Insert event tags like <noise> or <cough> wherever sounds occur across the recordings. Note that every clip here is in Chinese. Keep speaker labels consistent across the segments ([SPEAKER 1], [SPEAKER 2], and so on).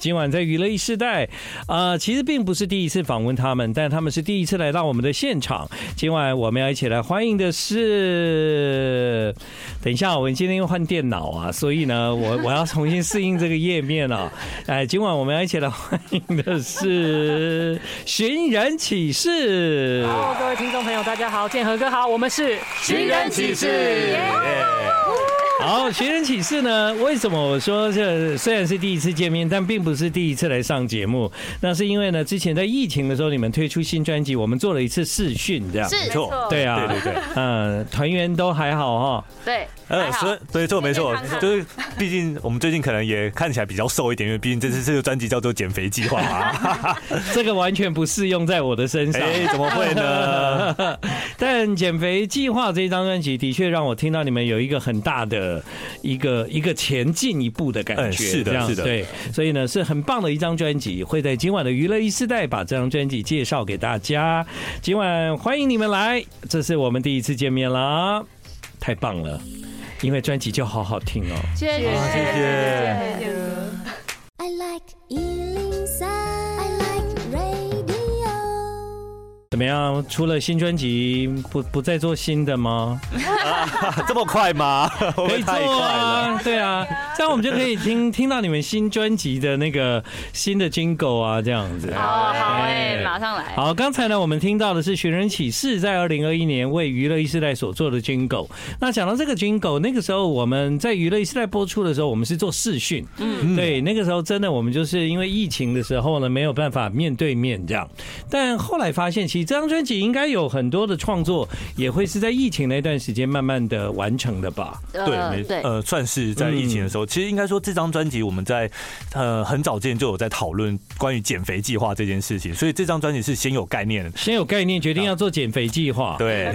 [SPEAKER 1] 今晚在娱乐一世代，啊、其实并不是第一次访问他们，但他们是第一次来到我们的现场。今晚我们要一起来欢迎的是，等一下，我们今天又换电脑啊，所以呢，我我要重新适应这个页面啊。 <laughs> 哎，今晚我们要一起来欢迎的是 <laughs> 《寻人启事》。
[SPEAKER 2] Hello，各位听众朋友，大家好，建和哥好，我们是
[SPEAKER 3] 寻人启事
[SPEAKER 1] 好，寻人启事呢？为什么我说这虽然是第一次见面，但并不是第一次来上节目？那是因为呢，之前在疫情的时候，你们推出新专辑，我们做了一次试训，这样
[SPEAKER 3] 是
[SPEAKER 4] 没错
[SPEAKER 1] 对啊，
[SPEAKER 4] 对对对，
[SPEAKER 1] 嗯，团员都还好哈。
[SPEAKER 3] 对，还
[SPEAKER 4] 呃，
[SPEAKER 3] 好
[SPEAKER 4] 所以对，错没错
[SPEAKER 3] 健健康，康
[SPEAKER 4] 就是毕竟我们最近可能也看起来比较瘦一点，因为毕竟这次这个专辑叫做《减肥计划》嘛。
[SPEAKER 1] 这个完全不适用在我的身上。
[SPEAKER 4] 哎，怎么会呢？
[SPEAKER 1] <laughs> 但减肥计划这张专辑的确让我听到你们有一个很大的一个一个前进一步的感觉，
[SPEAKER 4] 嗯是的
[SPEAKER 1] 这样
[SPEAKER 4] 是的
[SPEAKER 1] 对，所以呢是很棒的一张专辑，会在今晚的娱乐一时代把这张专辑介绍给大家。今晚欢迎你们来，这是我们第一次见面啦，太棒了，因为专辑就好好听哦。
[SPEAKER 3] 谢谢
[SPEAKER 4] 好谢谢。
[SPEAKER 5] I like Ealing Sound. I like radio.
[SPEAKER 1] 怎么样？出了新专辑，不不再做新的吗？
[SPEAKER 4] 啊这么快吗？会不
[SPEAKER 1] 可
[SPEAKER 4] 会
[SPEAKER 1] 以做
[SPEAKER 4] 太快了？
[SPEAKER 1] 啊，对
[SPEAKER 3] <laughs>
[SPEAKER 1] 啊，
[SPEAKER 3] 哎
[SPEAKER 1] 这样我们就可以听听到你们新专辑的那个新的 Jingle 啊，这样子。
[SPEAKER 3] 好好哎
[SPEAKER 1] 对，
[SPEAKER 3] 马上来。
[SPEAKER 1] 好，刚才呢，我们听到的是《寻人启事》在二零二一年为娱乐一时代所做的 Jingle。那讲到这个 Jingle，那个时候我们在娱乐一时代播出的时候，我们是做视讯，嗯，对，那个时候真的我们就是因为疫情的时候呢，没有办法面对面这样。但后来发现，其实这张专辑应该有很多的创作，也会是在疫情那段时间慢慢的完成的吧？
[SPEAKER 3] 呃
[SPEAKER 4] 对，没
[SPEAKER 3] 对，
[SPEAKER 4] 呃，算是在疫情的时
[SPEAKER 1] 嗯
[SPEAKER 4] 候，其实应该说这张专辑我们在呃很早之前就有在讨论关于减肥计划这件事情，所以这张专辑是先有概念，
[SPEAKER 1] 先有概念，决定要做减肥计划。
[SPEAKER 4] 对，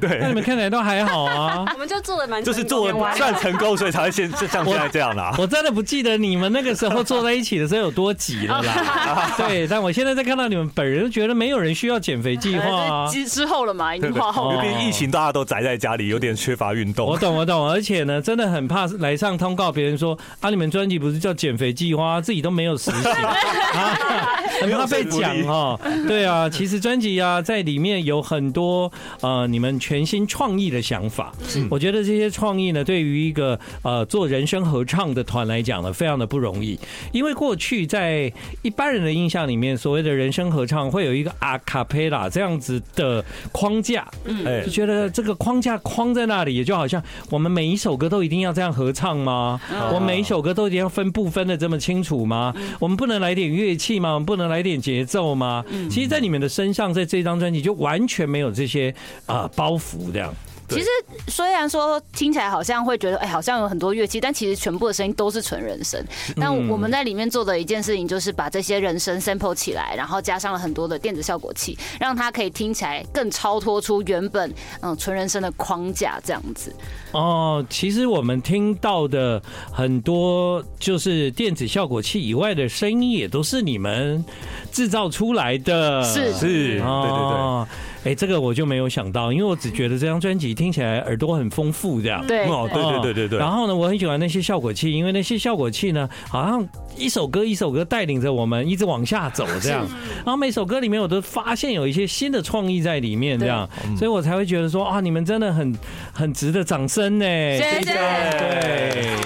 [SPEAKER 1] 那你们看起来都还好啊。
[SPEAKER 6] 我们就做的蛮
[SPEAKER 4] 就是做了算成功，所以才会现就像现在这样啦。
[SPEAKER 1] 我真的不记得你们那个时候坐在一起的时候有多挤了啦。对，但我现在在看到你们本人，就觉得没有人需要减肥计划
[SPEAKER 3] 呃
[SPEAKER 1] 啊
[SPEAKER 3] 这。之之后了嘛，已
[SPEAKER 4] 对
[SPEAKER 3] 经
[SPEAKER 4] 不
[SPEAKER 3] 画后
[SPEAKER 4] 对？
[SPEAKER 3] 了
[SPEAKER 4] 因。为疫情大家都宅在家里，有点缺乏运动。
[SPEAKER 1] 我懂，我懂，而且呢，真的很怕来上通告，别人说啊，你们专辑不是叫减肥计划，自己都没有实行，啊，很怕被讲哦。对啊，其实专辑啊，在里面有很多呃，你们全新创意的想法。我觉得这些创意呢，对于一个呃做人声合唱的团来讲呢，非常的不容易，因为过去在一般人的印象里面，所谓的人声合唱会有一个阿卡贝拉这样子的框架，
[SPEAKER 4] 哎
[SPEAKER 1] 就觉得这个框架框在那里，也就好像我们每一首歌都一定要这样合唱吗？我每一首歌都一定要分部分的这么清楚吗？我们不能来点乐器吗？我们不能来点节奏吗？其实，在你们的身上，在这张专辑就完全没有这些啊、包袱，这样
[SPEAKER 3] 其实虽然说听起来好像会觉得，哎，好像有很多乐器，但其实全部的声音都是纯人声。
[SPEAKER 4] 嗯
[SPEAKER 3] 但我们在里面做的一件事情，就是把这些人声 sample 起来，然后加上了很多的电子效果器，让它可以听起来更超脱出原本嗯纯人声的框架这样子。
[SPEAKER 1] 哦。其实我们听到的很多就是电子效果器以外的声音，也都是你们制造出来的。
[SPEAKER 3] 是
[SPEAKER 4] 是，对对对。
[SPEAKER 1] 哦，哎、这个我就没有想到，因为我只觉得这张专辑听起来耳朵很丰富，这样。
[SPEAKER 3] 对，
[SPEAKER 4] 哦，对对对对对。
[SPEAKER 1] 然后呢，我很喜欢那些效果器，因为那些效果器呢，好像一首歌一首歌带领着我们一直往下走这样。然后每首歌里面，我都发现有一些新的创意在里面这样，
[SPEAKER 4] 嗯
[SPEAKER 1] 所以我才会觉得说啊，你们真的很很值得掌声呢。
[SPEAKER 3] 谢谢。
[SPEAKER 1] 对。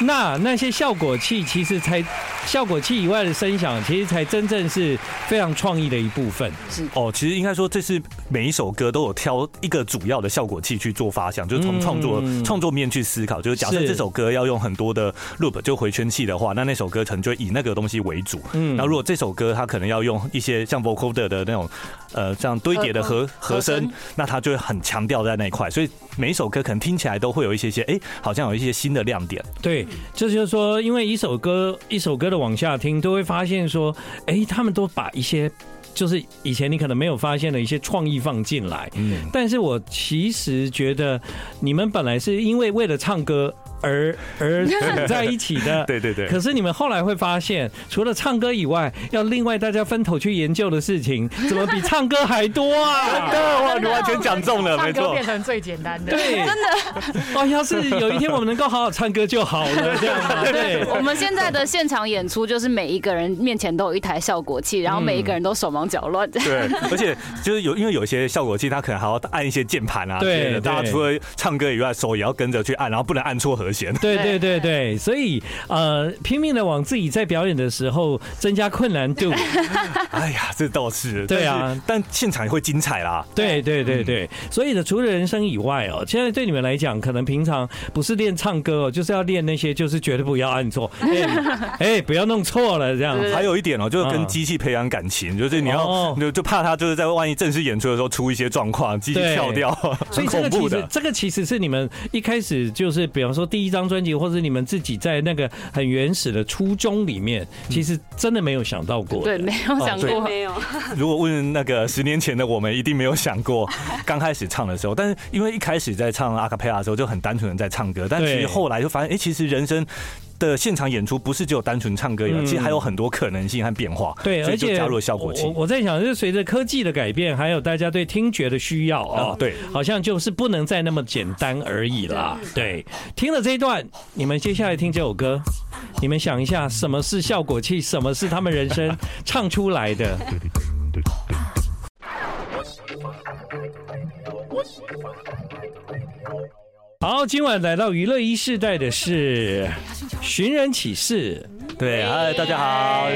[SPEAKER 1] 那那些效果器其实才效果器以外的声响，其实才真正是非常创意的一部分。
[SPEAKER 4] 哦，其实应该说，这是每一首歌都有挑一个主要的效果器去做发想，就是从创作
[SPEAKER 1] 嗯
[SPEAKER 4] 创、作面去思考。就是假设
[SPEAKER 1] 是
[SPEAKER 4] 这首歌要用很多的 loop 就回圈器的话，那那首歌可能就以那个东西为主。
[SPEAKER 1] 嗯
[SPEAKER 4] 嗯，然后如果这首歌它可能要用一些像 vocoder 的那种呃这样堆叠的和和声，那它就会很强调在那一块。所以每一首歌可能听起来都会有一些些哎、好像有一些新的亮点。
[SPEAKER 1] 对，这就是说，因为一首歌一首歌的往下听，都会发现说，哎，他们都把一些就是以前你可能没有发现的一些创意放进来。
[SPEAKER 4] 嗯，
[SPEAKER 1] 但是我其实觉得，你们本来是因为为了唱歌而
[SPEAKER 4] <laughs>
[SPEAKER 1] 而处在一起的。
[SPEAKER 4] 对对对
[SPEAKER 1] 可是你们后来会发现，除了唱歌以外，要另外大家分头去研究的事情，怎么比唱歌还多 <laughs> 啊？
[SPEAKER 4] 对，哇，你完全讲中了，没
[SPEAKER 2] 唱歌
[SPEAKER 4] 错
[SPEAKER 2] 变。成最简单的。
[SPEAKER 1] 对，真的。哦，要是有一天我们能够好好唱歌就好了，这样 <laughs> 嘛。对，
[SPEAKER 3] 我们现在的现场演出就是每一个人面前都有一台效果器，然后每一个人都手忙脚乱。
[SPEAKER 4] <laughs> 对，而且就是有，因为有一些效果器，它可能还要按一些键盘啊之
[SPEAKER 1] 对
[SPEAKER 4] 类
[SPEAKER 1] 对
[SPEAKER 4] 的。大家除了唱歌以外，手也要跟着去按，然后不能按错和弦。 <laughs>
[SPEAKER 1] 对对对对，所以呃，拼命的往自己在表演的时候增加困难 <laughs> 度。
[SPEAKER 4] 哎呀，这倒是。
[SPEAKER 1] 对啊
[SPEAKER 4] 但是，但现场也会精彩啦。
[SPEAKER 1] 对对对对，所以呢，除了人生以外哦，现在对你们来讲，可能平常不是练唱歌哦，就是要练那些，就是绝对不要按错，哎哎，不要弄错了这样子。
[SPEAKER 4] 还有一点哦，就是跟
[SPEAKER 1] 嗯
[SPEAKER 4] 机器培养感情，就是你
[SPEAKER 1] 哦
[SPEAKER 4] 要就就怕它就是在万一正式演出的时候出一些状况，机器
[SPEAKER 1] 对
[SPEAKER 4] 跳掉，
[SPEAKER 1] 所
[SPEAKER 4] <laughs> 很
[SPEAKER 1] 以这
[SPEAKER 4] 恐
[SPEAKER 1] 个
[SPEAKER 4] 怖
[SPEAKER 1] 其实
[SPEAKER 4] 的。
[SPEAKER 1] 这个其实是你们一开始就是，比方说第一张专辑，或者你们自己在那个很原始的初衷里面，其实真的没哦有想到过。
[SPEAKER 3] 对，没有想
[SPEAKER 4] 对
[SPEAKER 3] 过。
[SPEAKER 6] 没有，
[SPEAKER 4] 如果问那个十年前的我们，一定没有想
[SPEAKER 1] <laughs>
[SPEAKER 4] 过刚开始唱的时候，但是因为一开始在唱阿卡贝拉的时候就很单纯的在唱歌，但
[SPEAKER 1] 对
[SPEAKER 4] 其实后来就发现，哎、其实人生。的现场演出不是只有单纯唱歌而已，
[SPEAKER 1] 嗯
[SPEAKER 4] 其实还有很多可能性和变化。 <laughs>
[SPEAKER 1] 对，
[SPEAKER 4] 所
[SPEAKER 1] 而
[SPEAKER 4] 以就
[SPEAKER 1] 且
[SPEAKER 4] 加入了效果器
[SPEAKER 1] 我。我在想，就是随着科技的改变，还有大家对听觉的需要哦
[SPEAKER 4] 啊，对，
[SPEAKER 1] 好像就是不能再那么简单而已啦。对，听了这一段，你们接下来听这首歌，你们想一下，什么是效果器，什么是他们人
[SPEAKER 4] <laughs>
[SPEAKER 1] 生唱出来的？好，今晚来到娱乐一世代的是寻人启事。
[SPEAKER 4] 对，嗨，大家好。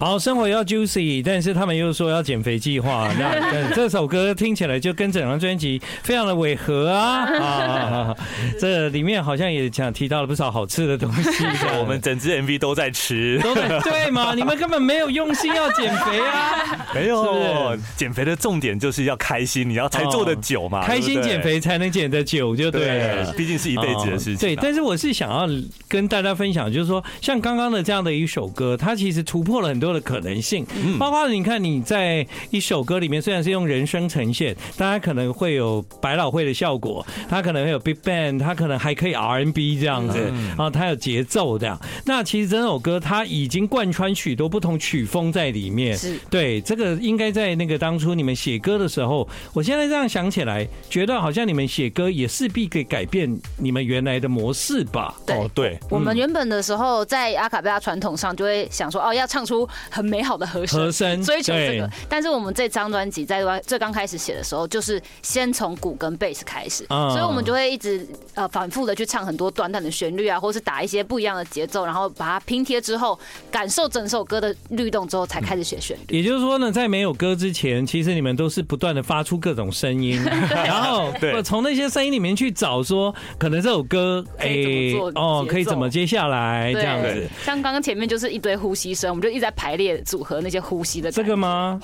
[SPEAKER 1] 好，生活要 juicy，但是他们又说要减肥计划， <laughs> 那那这首歌听起来就跟整张专辑非常的违和 <laughs> 啊啊啊！啊这里面好像也讲提到了不少好吃的东西，这样
[SPEAKER 4] 我们整支 MV 都
[SPEAKER 1] <laughs>
[SPEAKER 4] 在吃，
[SPEAKER 1] 都在对嘛？你们根本没有用心要减肥 <laughs> 啊，
[SPEAKER 4] 没
[SPEAKER 1] 是
[SPEAKER 4] 有减肥的重点就是要开心，你要才做得久嘛，
[SPEAKER 1] 哦开
[SPEAKER 4] 对
[SPEAKER 1] 心
[SPEAKER 4] 不对
[SPEAKER 1] 减，肥才能减得久，就对了
[SPEAKER 4] 对，。毕竟是一辈子的事情啊。
[SPEAKER 1] 哦对，但是我是想要跟大家分享，就是说，像刚刚的这样的一首歌，它其实突破了很多的可能性，
[SPEAKER 4] 嗯
[SPEAKER 1] 包括你看你在一首歌里面，虽然是用人声呈现，大家可能会有百老汇的效果，它可能会有 Big Bang，它可能还可以 R&B 这样子，
[SPEAKER 4] 嗯
[SPEAKER 1] 然后它有节奏这样。那其实这首歌它已经贯穿许多不同曲风在里面，
[SPEAKER 3] 是
[SPEAKER 1] 对，这个应该在那个当初你们写歌的时候，我现在这样想起来，觉得好像你们写歌也势必可以改变你们原来的模式吧？
[SPEAKER 3] 对
[SPEAKER 4] 哦，对，
[SPEAKER 3] 我
[SPEAKER 1] 嗯
[SPEAKER 3] 们原本的时候在阿卡贝拉传统上就会想说，哦，要唱出很美好的和声，
[SPEAKER 1] 和声
[SPEAKER 3] 追求这
[SPEAKER 1] 对
[SPEAKER 3] 个。但是我们这张专辑在最刚开始写的时候，就是先从鼓跟贝斯开始，
[SPEAKER 1] 嗯
[SPEAKER 3] 所以我们就会一直呃反复的去唱很多短短的旋律啊，或是打一些不一样的节奏，然后把它拼贴之后，感受整首歌的律动之后，才开始写旋律。
[SPEAKER 1] 也就是说呢，在没有歌之前，其实你们都是不断的发出各种声
[SPEAKER 3] <laughs>
[SPEAKER 1] 音，然后
[SPEAKER 4] 对
[SPEAKER 1] 我从那些声音里面去找说，可能这首歌
[SPEAKER 3] 可以怎么做
[SPEAKER 1] 哦
[SPEAKER 3] 节奏
[SPEAKER 1] 可以怎么接下来这样子
[SPEAKER 3] 对，，像刚刚前面就是一堆呼吸声，我们就一直在排列组合那些呼吸的感觉。
[SPEAKER 1] 这个吗？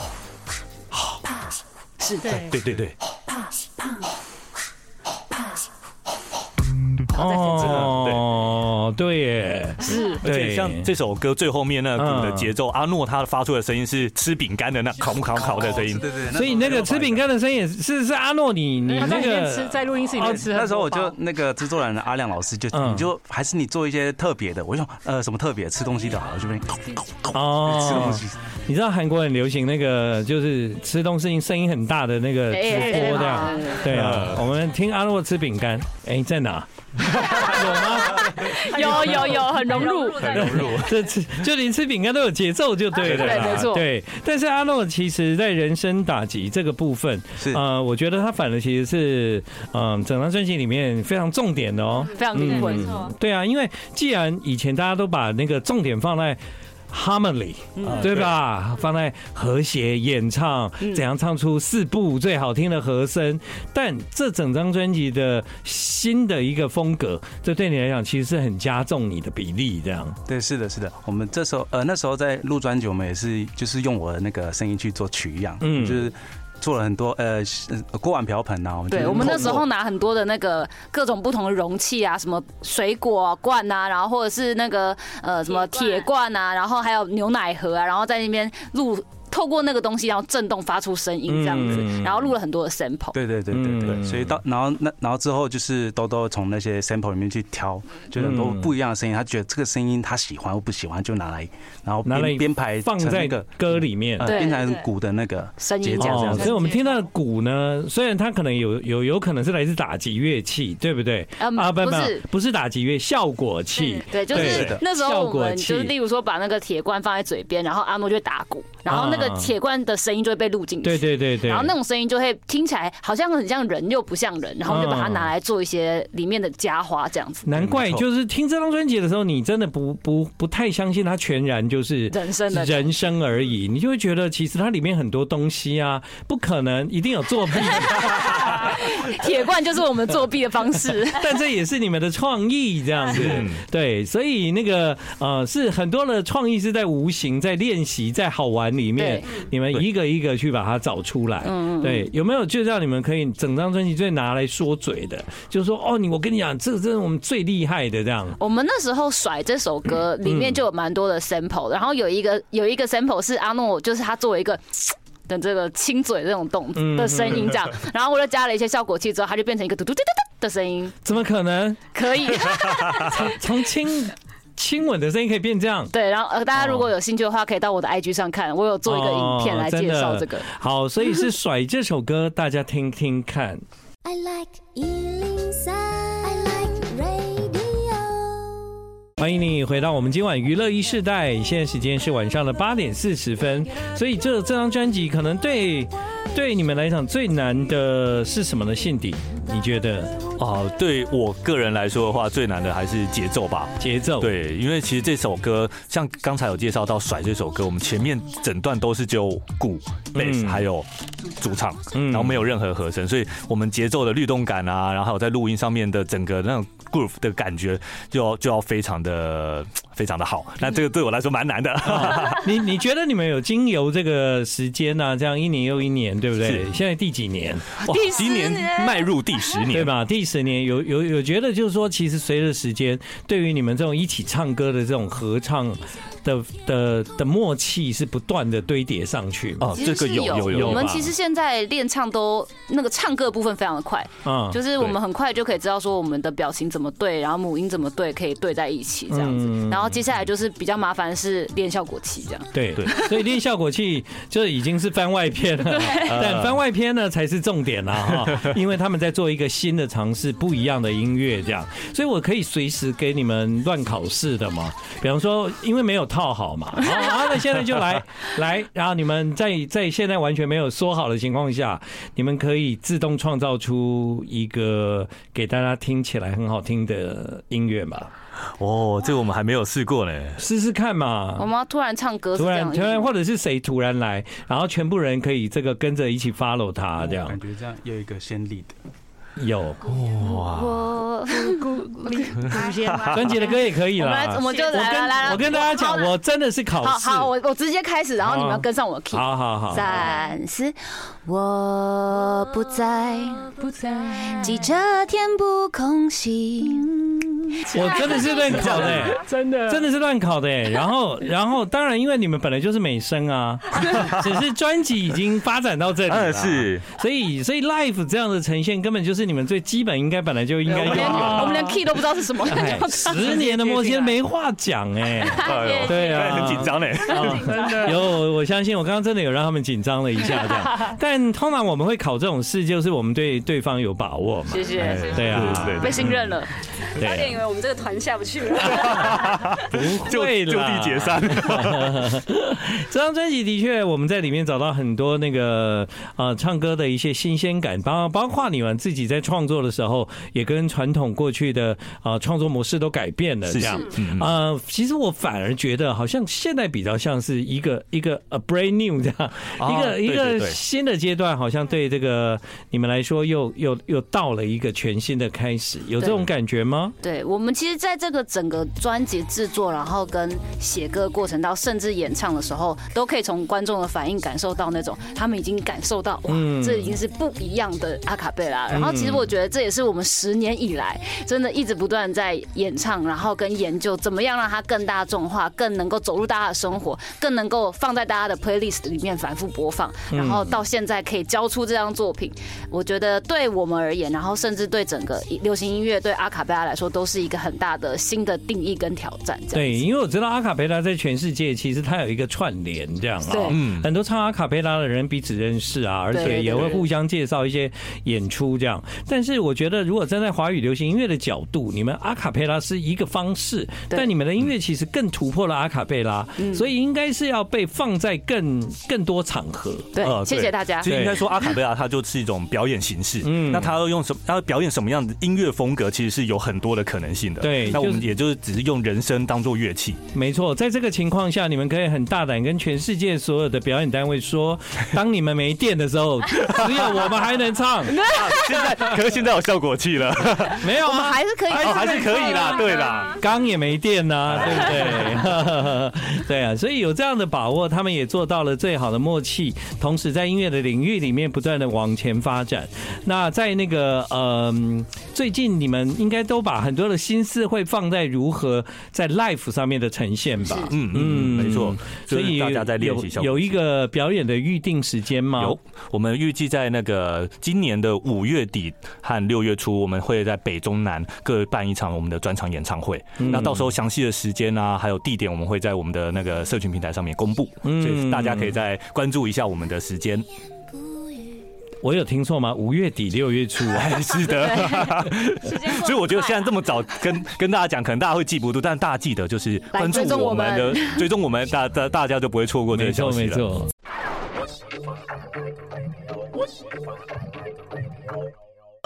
[SPEAKER 3] 是的，
[SPEAKER 4] 对对对，
[SPEAKER 1] 哦，对耶，
[SPEAKER 3] 是
[SPEAKER 4] 而且
[SPEAKER 1] 对
[SPEAKER 4] 像这首歌最后面那个鼓的节奏，阿诺他发出的声音是吃饼干的那烤烤烤的声音，
[SPEAKER 7] 哦对对，
[SPEAKER 1] 所以那个吃饼干的声音也是是阿诺你你
[SPEAKER 2] 他在
[SPEAKER 1] 那
[SPEAKER 2] 里面吃，
[SPEAKER 1] 个
[SPEAKER 2] 在录音室里面吃很
[SPEAKER 7] 哦那
[SPEAKER 2] 多包。
[SPEAKER 7] 时候我就那个制作人阿亮老师就
[SPEAKER 1] 嗯
[SPEAKER 7] 你就还是你做一些特别的，我就想呃什么特别吃东西的好，我就边吃东
[SPEAKER 1] 哦，
[SPEAKER 7] 西，
[SPEAKER 1] 你知道韩国很流行那个，就是吃东西声音很大的那
[SPEAKER 3] 哎
[SPEAKER 1] 个直播这样，对啊。
[SPEAKER 4] 嗯
[SPEAKER 1] 我们听阿洛吃饼干，哎，在哪？有吗？
[SPEAKER 3] 有有有，很融入。
[SPEAKER 4] 很融入。
[SPEAKER 1] 这吃就连吃饼干都有节奏，就对了啦。
[SPEAKER 3] 啊对没错
[SPEAKER 1] 对，但是阿诺其实在人生打击这个部分，
[SPEAKER 7] 是
[SPEAKER 1] 呃，我觉得他反而其实是，嗯、整张专辑里面非常重点的哦。
[SPEAKER 3] 非常灵魂，
[SPEAKER 1] 对啊，因为既然以前大家都把那个重点放在 harmony，、对
[SPEAKER 3] 嗯
[SPEAKER 7] 啊
[SPEAKER 1] 吧？放在和谐演唱，
[SPEAKER 3] 嗯
[SPEAKER 1] 怎样唱出四部最好听的和声？但这整张专辑的新的一个风格，这对你来讲其实是很加重你的比例，这样。
[SPEAKER 7] 对，是的，是的。我们这时候呃那时候在录专辑，我们也是就是用我的那个声音去做取样，
[SPEAKER 1] 嗯
[SPEAKER 7] 就是做了很多呃呃锅碗瓢盆呐、啊，我们就
[SPEAKER 3] 对
[SPEAKER 7] 是
[SPEAKER 3] 我们那
[SPEAKER 7] 透
[SPEAKER 3] 时
[SPEAKER 7] 过
[SPEAKER 3] 候拿很多的那个各种不同的容器啊，什么水果罐啊，然后或者是那个呃什么铁
[SPEAKER 6] 铁
[SPEAKER 3] 罐啊，然后还有牛奶盒啊，然后在那边录。透过那个东西，然后震动发出声音这样子，
[SPEAKER 1] 嗯
[SPEAKER 3] 然后录了很多的 sample。
[SPEAKER 7] 对对对对对，
[SPEAKER 1] 嗯
[SPEAKER 7] 所以到然后那然后之后就是兜兜从那些 sample 里面去挑，就很多
[SPEAKER 1] 嗯
[SPEAKER 7] 不一样的声音，他觉得这个声音他喜欢或不喜欢，就拿来然后
[SPEAKER 1] 拿来
[SPEAKER 7] 编编排
[SPEAKER 1] 放
[SPEAKER 7] 成
[SPEAKER 1] 在
[SPEAKER 7] 那个
[SPEAKER 1] 歌里面。
[SPEAKER 7] 呃
[SPEAKER 3] 对
[SPEAKER 7] 编排成
[SPEAKER 2] 对
[SPEAKER 7] 鼓的那个
[SPEAKER 3] 声音
[SPEAKER 7] 节奏
[SPEAKER 3] 这样
[SPEAKER 7] 这样
[SPEAKER 1] 哦，
[SPEAKER 7] 子
[SPEAKER 1] 所以我们听到的鼓呢，虽然它可能有有有可能是来自打击乐器，对不对？
[SPEAKER 3] 嗯
[SPEAKER 1] 啊，不
[SPEAKER 3] 不
[SPEAKER 1] 不
[SPEAKER 3] 是，
[SPEAKER 1] 不是打击乐，效果器。
[SPEAKER 3] 对，就是是
[SPEAKER 1] 的
[SPEAKER 3] 那时候我
[SPEAKER 1] 效果
[SPEAKER 3] 们
[SPEAKER 1] 器
[SPEAKER 3] 就是，例如说把那个铁罐放在嘴边，然后阿莫就会打鼓，然后那个
[SPEAKER 1] 啊
[SPEAKER 3] 铁罐的声音就会被录进去。
[SPEAKER 1] 对对对对。
[SPEAKER 3] 然后那种声音就会听起来好像很像人又不像人，然后我们就把它拿来做一些里面的加花这样子。
[SPEAKER 1] 难怪
[SPEAKER 4] 嗯没错
[SPEAKER 1] 就是听这张专辑的时候，你真的不不不太相信它全然就是
[SPEAKER 3] 人生的
[SPEAKER 1] 人生而已，你就会觉得其实它里面很多东西啊，不可能一定有
[SPEAKER 3] <laughs>
[SPEAKER 1] 作弊，
[SPEAKER 3] <laughs> 铁罐就是我们作弊的
[SPEAKER 1] <laughs>
[SPEAKER 3] 方式。
[SPEAKER 1] 但这也是你们的创意这样子
[SPEAKER 4] 嗯，
[SPEAKER 1] 对，所以那个呃是很多的创意是在无形、在练习、在好玩里面
[SPEAKER 3] 对，嗯
[SPEAKER 1] 你们一个一个去把它找出来，对，有没有就让你们可以整张专辑最拿来说嘴的，就是说哦，你我跟你讲，这个真的我们最厉害的这样，
[SPEAKER 3] 我们那时候甩这首歌里面就有蛮多的 sample，然后有一个有一个 sample 是阿诺，就是他作为一个。的这个亲嘴这种动
[SPEAKER 1] 嗯
[SPEAKER 3] 的声音，这样，然后我就加了一些效果器之后，它就变成一个嘟嘟嘟嘟嘟的声音，
[SPEAKER 1] 怎么可能？<laughs>
[SPEAKER 3] 可以。
[SPEAKER 1] 从亲亲吻的声音可以变这样。
[SPEAKER 3] 对，然后呃，大家
[SPEAKER 1] 哦
[SPEAKER 3] 如果有兴趣的话，可以到我的 IG 上看，我有做一个影片来介绍这个
[SPEAKER 1] 哦。真的好，所以是《甩》这首歌，大家听听看。
[SPEAKER 5] I like Ealing Sound. I like radio.
[SPEAKER 1] 欢迎你回到我们今晚娱乐一世代，现在时间是晚上的八点四十分。所以这这张专辑可能对对你们来讲最难的是什么呢？信底，你觉得
[SPEAKER 4] 哦，对我个人来说的话，最难的还是节奏吧。
[SPEAKER 1] 节奏？，
[SPEAKER 4] 对，因为其实这首歌，像刚才有介绍到《甩》这首歌，我们前面整段都是只有鼓、贝斯、
[SPEAKER 1] 嗯
[SPEAKER 4] 还有主唱，
[SPEAKER 1] 嗯
[SPEAKER 4] 然后没有任何和声，所以我们节奏的律动感啊，然后还有在录音上面的整个那种 groove 的感觉，就要就要非常的非常的好。那这个对我来说蛮难的。
[SPEAKER 1] 你你觉得你们有经由这个时间呢、啊？这样一年又一年，对不对？现在第几年？
[SPEAKER 4] 哇，今年迈入第十
[SPEAKER 1] 对
[SPEAKER 4] 年，
[SPEAKER 1] 吧？第十年有有有觉得，就是说，其实随着时间，对于你们这种一起唱歌的这种合唱的的的默契是不断的堆叠上去嘛。
[SPEAKER 4] 哦，
[SPEAKER 3] 其
[SPEAKER 4] 这
[SPEAKER 3] 实
[SPEAKER 4] 个
[SPEAKER 3] 是
[SPEAKER 4] 有有有
[SPEAKER 1] 有
[SPEAKER 3] 我们
[SPEAKER 4] 吧
[SPEAKER 3] 其实现在练唱都那个唱歌的部分非常的快，
[SPEAKER 1] 啊、
[SPEAKER 3] 就是我们很快就可以知道说我们的表情怎么对，然后母音怎么对，可以对在一起这样子。
[SPEAKER 1] 嗯
[SPEAKER 3] 然后接下来就是比较麻烦的是练效果器这样。
[SPEAKER 1] 对对
[SPEAKER 4] 对，
[SPEAKER 1] 所以练效果器就已经是番外篇了， <laughs> 但番外篇呢才是重点啦哈，因为他们在做一个新的尝试，不一样的音乐这样，所以我可以随时给你们乱考试的嘛，比方说因为没有套好嘛，好，好那现在就来来，然后你们在在现在完全没有说好的情况下，你们可以自动创造出一个给大家听起来很好听的音乐嘛，
[SPEAKER 4] 哦，这个我们还没有试过呢。
[SPEAKER 1] 试试看嘛，
[SPEAKER 3] 我们要突然唱歌是
[SPEAKER 1] 突
[SPEAKER 3] 这
[SPEAKER 1] 然
[SPEAKER 3] 样的意
[SPEAKER 1] 突
[SPEAKER 3] 思
[SPEAKER 1] 然，
[SPEAKER 3] 吗，
[SPEAKER 1] 或者是谁突然来，然后全部人可以这个跟着一起 follow
[SPEAKER 3] 嗯
[SPEAKER 1] 他，啊这样
[SPEAKER 7] 感觉这样有一个先例的。
[SPEAKER 1] 有
[SPEAKER 3] 我
[SPEAKER 2] 祖先吗
[SPEAKER 1] 专辑的歌也可以
[SPEAKER 3] 我们来，我
[SPEAKER 1] 啦。
[SPEAKER 3] 们就
[SPEAKER 1] 我
[SPEAKER 3] 来来来
[SPEAKER 1] 跟
[SPEAKER 3] 来，
[SPEAKER 1] 我跟大家
[SPEAKER 3] 好
[SPEAKER 1] 讲，我真的是考
[SPEAKER 3] 好
[SPEAKER 1] 试，
[SPEAKER 3] 好，我我直接开始，然后你们
[SPEAKER 1] 好
[SPEAKER 3] 要跟上我的 key。
[SPEAKER 1] 好好好，
[SPEAKER 3] 三四，我不在，
[SPEAKER 2] 不在，
[SPEAKER 3] 记着天不空兮。
[SPEAKER 1] 我真的是乱考的、真的真的是乱考的、然后然后当然，因为你们本来就是美声
[SPEAKER 3] <laughs>
[SPEAKER 1] 啊，只是专辑已经发展到这里了，
[SPEAKER 4] 嗯，是
[SPEAKER 1] 所以所以 live 这样的呈现根本就是你们最基本应该本来就应该
[SPEAKER 3] 我
[SPEAKER 1] 有
[SPEAKER 3] 们连
[SPEAKER 1] 的。
[SPEAKER 3] 我们连 key 都不知道是什么，
[SPEAKER 1] 哎，十年的摩羯没话讲哎、
[SPEAKER 4] 哎呦
[SPEAKER 1] 对啊，
[SPEAKER 4] 很紧张呢。
[SPEAKER 1] 有，我相信我刚刚真的有让他们紧张了一下这样。但通常我们会考这种事，就是我们对对方有把握嘛。
[SPEAKER 3] 谢谢，
[SPEAKER 1] 对啊，
[SPEAKER 4] 对
[SPEAKER 3] 被信任了。
[SPEAKER 1] 对
[SPEAKER 6] 差点以为我们这个团下不去了。
[SPEAKER 1] 不会啦
[SPEAKER 4] 就地解散。
[SPEAKER 1] <laughs> 这张专辑的确，我们在里面找到很多那个呃唱歌的一些新鲜感，包包括你们自己在创作的时候，也跟传统过去的啊创作模式都改变了，这样。
[SPEAKER 4] 嗯
[SPEAKER 1] 呃，其实我反而觉得，好像现在比较像是一个一个 a brand new 这样，
[SPEAKER 4] 哦
[SPEAKER 1] 一个
[SPEAKER 4] 对
[SPEAKER 1] 一个
[SPEAKER 4] 对对
[SPEAKER 1] 新的阶段，好像对这个你们来说又又又到了一个全新的开始，有这种感觉吗？
[SPEAKER 3] 对我们其实在这个整个专辑制作，然后跟写歌过程到甚至演唱的时候，都可以从观众的反应感受到那种他们已经感受到哇
[SPEAKER 1] 嗯，
[SPEAKER 3] 这已经是不一样的阿卡贝拉。然后其实
[SPEAKER 1] 嗯
[SPEAKER 3] 我觉得这也是我们十年以来真的一直不断在演唱，然后跟研究怎么样让它更大众化，更能够走入大家的生活，更能够放在大家的 playlist 里面反复播放，然后到现在可以交出这张作品，我觉得对我们而言，然后甚至对整个流行音乐对阿卡贝拉来说，都是一个很大的新的定义跟挑战。这
[SPEAKER 1] 对，
[SPEAKER 3] 样子，
[SPEAKER 1] 因为我知道阿卡贝拉在全世界其实它有一个串联这样啊
[SPEAKER 3] 对，
[SPEAKER 1] 嗯，很多唱阿卡贝拉的人彼此认识啊，而且也会互相介绍一些演出这样。但是我觉得，如果站在华语流行音乐的角度，你们阿卡贝拉是一个方式，
[SPEAKER 3] 对嗯
[SPEAKER 1] 但你们的音乐其实更突破了阿卡贝拉，所以应该是要被放在更更多场合。
[SPEAKER 3] 对，
[SPEAKER 4] 呃
[SPEAKER 3] 谢谢大家
[SPEAKER 4] 其。实应该说阿卡贝拉它就是一种表演形式，
[SPEAKER 1] 嗯
[SPEAKER 4] 嗯，那它要用什么，它要表演什么样的音乐风格，其实是有很多的可能性的。
[SPEAKER 1] 对
[SPEAKER 4] 那我们
[SPEAKER 1] 就是
[SPEAKER 4] 也就是只是用人声当做乐器，
[SPEAKER 1] 没错，在这个情况下，你们可以很大胆跟全世界所有的表演单位说，当你们没电的时
[SPEAKER 3] <laughs>
[SPEAKER 1] 候，只有我们还能唱，
[SPEAKER 4] 啊现在可是现在有效果器了，
[SPEAKER 1] 没有
[SPEAKER 3] 我们
[SPEAKER 1] 啊。
[SPEAKER 3] 还是可以，
[SPEAKER 4] 哦 <laughs> 还是可以啦，对啦，
[SPEAKER 1] 缸也没电
[SPEAKER 4] <laughs>
[SPEAKER 1] 呐、对不对？ <laughs> 对啊，所以有这样的把握，他们也做到了最好的默契，同时在音乐的领域里面不断的往前发展。那在那个呃，最近你们应该都把很多的心思会放在如何在 life 上面的呈现吧？
[SPEAKER 4] 嗯嗯，没错，
[SPEAKER 1] 所以
[SPEAKER 4] 就是大家在练习效
[SPEAKER 1] 有有
[SPEAKER 4] 果器
[SPEAKER 1] 一个表演的预定时间吗？
[SPEAKER 4] 有，我们预计在那个今年的五月底和六月初，我们会在北中南各办一场我们的专场演唱会。
[SPEAKER 1] 嗯
[SPEAKER 4] 那到时候详细的时间啊，还有地点，我们会在我们的那个社群平台上面公布，所
[SPEAKER 1] 嗯
[SPEAKER 4] 以大家可以再关注一下我们的
[SPEAKER 1] <laughs>
[SPEAKER 4] 时间。
[SPEAKER 1] 我有听错吗？五月底六月初啊？
[SPEAKER 4] 哎，是的，
[SPEAKER 6] 时间过得
[SPEAKER 4] 所以我觉得
[SPEAKER 6] 快
[SPEAKER 4] 现在这么早跟跟大家讲，可能大家会记不住，但大家记得就是
[SPEAKER 3] 来
[SPEAKER 4] 关注
[SPEAKER 3] 追踪我
[SPEAKER 4] 我们的，追踪我们，大大大家就不会错过这
[SPEAKER 1] 没
[SPEAKER 4] 个消
[SPEAKER 1] 错
[SPEAKER 4] 息
[SPEAKER 1] 没
[SPEAKER 4] 了。
[SPEAKER 1] 错。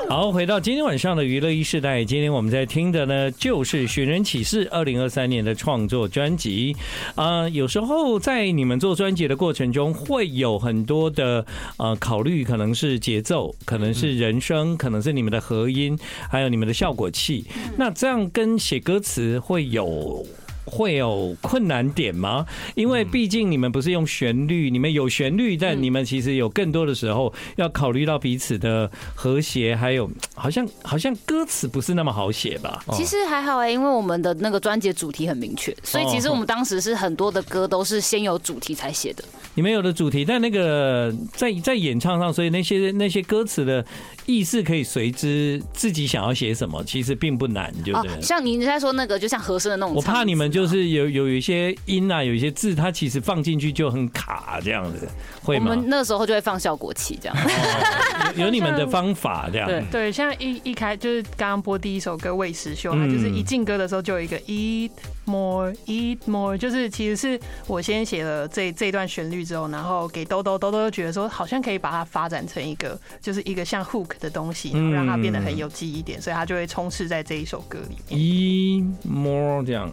[SPEAKER 1] 好，回到今天晚上的娱乐一世代，今天我们在听的呢，就是《寻人启事》二零二三年的创作专辑。呃，有时候在你们做专辑的过程中，会有很多的呃考虑，可能是节奏，可能是人声，可能是你们的合音，还有你们的效果器。那这样跟写歌词会有会有困难点吗？因为毕竟你们不是用旋律，你们有旋律，但你们其实有更多的时候要考虑到彼此的和谐，还有好像好像歌词不是那么好写吧？
[SPEAKER 3] 其实还好哎、因为我们的那个专辑主题很明
[SPEAKER 1] 哦
[SPEAKER 3] 确，所以其实我们当时是很多的歌都是先有主题才写的。
[SPEAKER 1] 你们有的主题，但那个在在演唱上，所以那些那些歌词的意思可以随之自己想要写什么，其实并不难，对不
[SPEAKER 3] 哦
[SPEAKER 1] 对？，
[SPEAKER 3] 像你在说那个，就像和声的那种唱
[SPEAKER 1] 我
[SPEAKER 3] 词嘛。
[SPEAKER 1] 怕你们就是有有一些音啊，有一些字，它其实放进去就很卡这样子，会
[SPEAKER 3] 我
[SPEAKER 1] 吗？
[SPEAKER 3] 们那时候就会放效果器这样。
[SPEAKER 1] <laughs> 有有你们的方法这样。
[SPEAKER 3] 对
[SPEAKER 2] 对，像一一开就是刚刚播第一首歌《喂食秀》，它就是一进歌的时候就有一个 eat more eat more，就是其实是我先写了这这一段旋律之后，然后给兜兜兜兜觉得说好像可以把它发展成一个就是一个像 hook 的东西，然后让它变得很有记忆点，所以它就会充斥在这一首歌里
[SPEAKER 1] 嗯
[SPEAKER 2] 面。
[SPEAKER 1] 一 more 这样，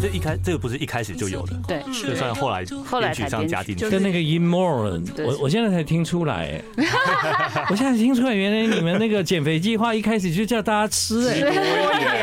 [SPEAKER 4] 这一开这个不是一开始就有的，
[SPEAKER 3] 对，
[SPEAKER 4] 就算后来
[SPEAKER 3] 后来
[SPEAKER 4] 编曲
[SPEAKER 3] 才
[SPEAKER 4] 上
[SPEAKER 3] 编
[SPEAKER 4] 加
[SPEAKER 3] 曲
[SPEAKER 4] 进去
[SPEAKER 1] <laughs>
[SPEAKER 2] 就。
[SPEAKER 1] 跟那个 in more，
[SPEAKER 3] 对
[SPEAKER 1] 我我现在才听出
[SPEAKER 3] <laughs>
[SPEAKER 1] 来，哎我现在听出来，原来你们那个减肥计划一开始就叫大家吃，哎，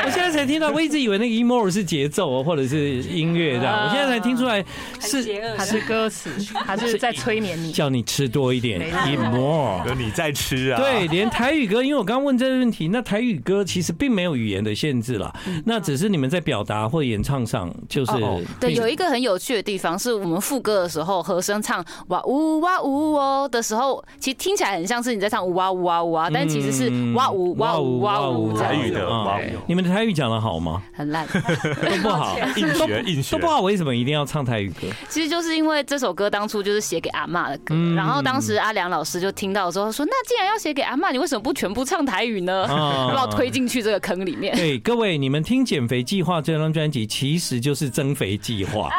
[SPEAKER 1] 我现在才听到，我一直以为那个 in more 是节奏哦或者是音乐这样，
[SPEAKER 3] 啊
[SPEAKER 1] 我现在才听出来
[SPEAKER 6] 邪
[SPEAKER 1] 是
[SPEAKER 6] 恶
[SPEAKER 2] 还是歌词，还是在催眠你。
[SPEAKER 1] 叫你吃多一点
[SPEAKER 2] 没
[SPEAKER 1] in more。
[SPEAKER 4] 有你在吃啊？
[SPEAKER 1] 对，连台语歌，因为我刚刚问这个问题，那台语歌其实并没有语言的限制啦，
[SPEAKER 3] 嗯
[SPEAKER 1] 那只是你们在表达或演唱上，就是
[SPEAKER 4] 哦
[SPEAKER 3] 对，有一个很有趣的地方是我们副歌的时候，和声唱哇呜哇呜哦的时候，其实听起来很像是你在唱呜哇呜哇呜啊，但其实是
[SPEAKER 1] 嗯
[SPEAKER 3] 哇呜哇呜哇呜这
[SPEAKER 4] 台
[SPEAKER 3] 样
[SPEAKER 4] 语的
[SPEAKER 1] 啊
[SPEAKER 4] 哇呜
[SPEAKER 1] 你们的台语讲的好吗？
[SPEAKER 3] 很烂。
[SPEAKER 1] 都不 <laughs> 好，
[SPEAKER 4] 硬学硬学
[SPEAKER 1] 都不好，为什么一定要唱台语歌？
[SPEAKER 3] 其实就是因为这首歌当初就是写给阿嬷的歌，
[SPEAKER 1] 嗯
[SPEAKER 3] 然后当时阿良老师就听到之后说，那既然要写给阿嬷，你为什么不全部唱台语呢？
[SPEAKER 1] 啊
[SPEAKER 3] <laughs> 把我推进去这个坑里面。
[SPEAKER 1] 对，各位，你们听《减肥计划》这张专辑，其实就是增肥计划。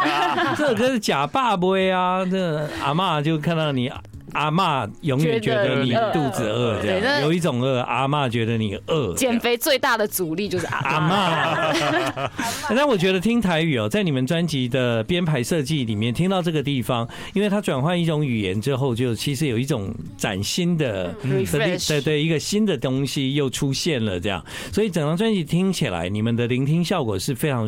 [SPEAKER 1] 这首歌是假爸爸啊，这阿嬷就看到你。阿嬷永远觉得你
[SPEAKER 3] 觉得你
[SPEAKER 1] 肚子饿，这
[SPEAKER 3] 对那
[SPEAKER 1] 样有一种饿，阿嬷觉得你饿。这样
[SPEAKER 3] 减肥最大的阻力就是阿
[SPEAKER 1] 阿
[SPEAKER 3] 妈。
[SPEAKER 1] 嬷，
[SPEAKER 3] <laughs>
[SPEAKER 1] 那我觉得听台语哦，在你们专辑的编排设计里面，听到这个地方，因为它转换一种语言之后，就其实有一种崭新的、
[SPEAKER 3] 嗯
[SPEAKER 1] 的地
[SPEAKER 3] refresh
[SPEAKER 1] 对对，一个新的东西又出现了，这样，所以整张专辑听起来，你们的聆听效果是非常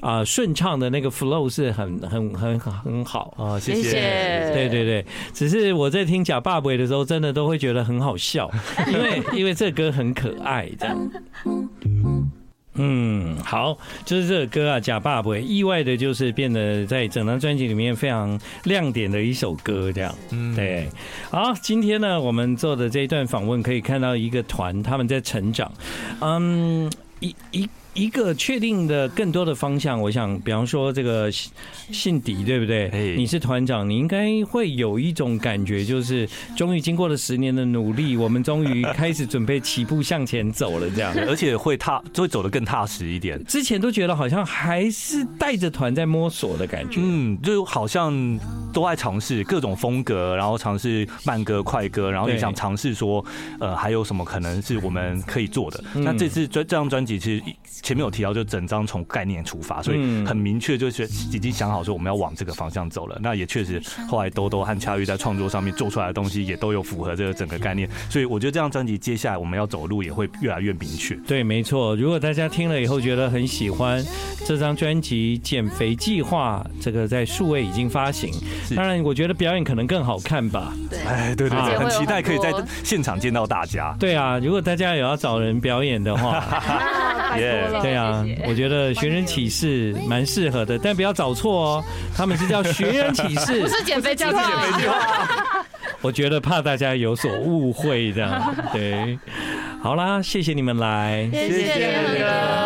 [SPEAKER 1] 啊顺畅的，那个 flow 是很很很很好。
[SPEAKER 4] 啊，谢
[SPEAKER 3] 谢谢
[SPEAKER 1] 对对对，只是我在听假爸爸的时候，真的都会觉得很好笑，因为因为这歌很可爱，这样。嗯，好，就是这首歌啊，假爸爸意外的就是变得在整张专辑里面非常亮点的一首歌，这样。
[SPEAKER 4] 嗯，
[SPEAKER 1] 对，好，今天呢，我们做的这一段访问可以看到一个团他们在成长，嗯，一一。一个确定的更多的方向，我想，比方说这个信信迪，对不对
[SPEAKER 4] 哎？
[SPEAKER 1] 你是团长，你应该会有一种感觉，就是终于经过了十年的努力，我们终于开始准备起步向前走了，这样。
[SPEAKER 4] 而且会踏，会走得更踏实一点。
[SPEAKER 1] 之前都觉得好像还是带着团在摸索的感觉，
[SPEAKER 4] 嗯，就好像都爱尝试各种风格，然后尝试慢歌、快歌，然后也
[SPEAKER 1] 对
[SPEAKER 4] 想尝试说，呃，还有什么可能是我们可以做的。
[SPEAKER 1] 嗯
[SPEAKER 4] 那这次专这张专辑其实前面有提到，就整张从概念出发，所以
[SPEAKER 1] 嗯
[SPEAKER 4] 很明确就是已经想好说我们要往这个方向走了。那也确实后来兜兜和恰玉在创作上面做出来的东西也都有符合这个整个概念，所以我觉得这张专辑接下来我们要走的路也会越来越明确。
[SPEAKER 1] 对，没错。如果大家听了以后觉得很喜欢这张专辑《减肥计划》，这个在数位已经发行。
[SPEAKER 4] 是
[SPEAKER 1] 当然，我觉得表演可能更好看吧。
[SPEAKER 3] <laughs>
[SPEAKER 4] 哎，对对
[SPEAKER 1] 而
[SPEAKER 4] 对，
[SPEAKER 1] 且
[SPEAKER 4] 很
[SPEAKER 3] 会有
[SPEAKER 4] 期待
[SPEAKER 3] 很
[SPEAKER 4] 可以在
[SPEAKER 3] 多
[SPEAKER 4] 现场见到大家。
[SPEAKER 1] 对啊，如果大家有要找人表演的话，
[SPEAKER 6] 拜
[SPEAKER 4] 耶
[SPEAKER 6] 托了，
[SPEAKER 1] 对啊
[SPEAKER 6] 谢谢，
[SPEAKER 1] 我觉得寻人启事蛮适合的，但不要找错哦。他们是叫寻人启事
[SPEAKER 3] 不，是减肥计划啊，
[SPEAKER 1] 我觉得怕大家有所误会的。对，好啦，谢谢你们来。
[SPEAKER 3] 谢谢你们。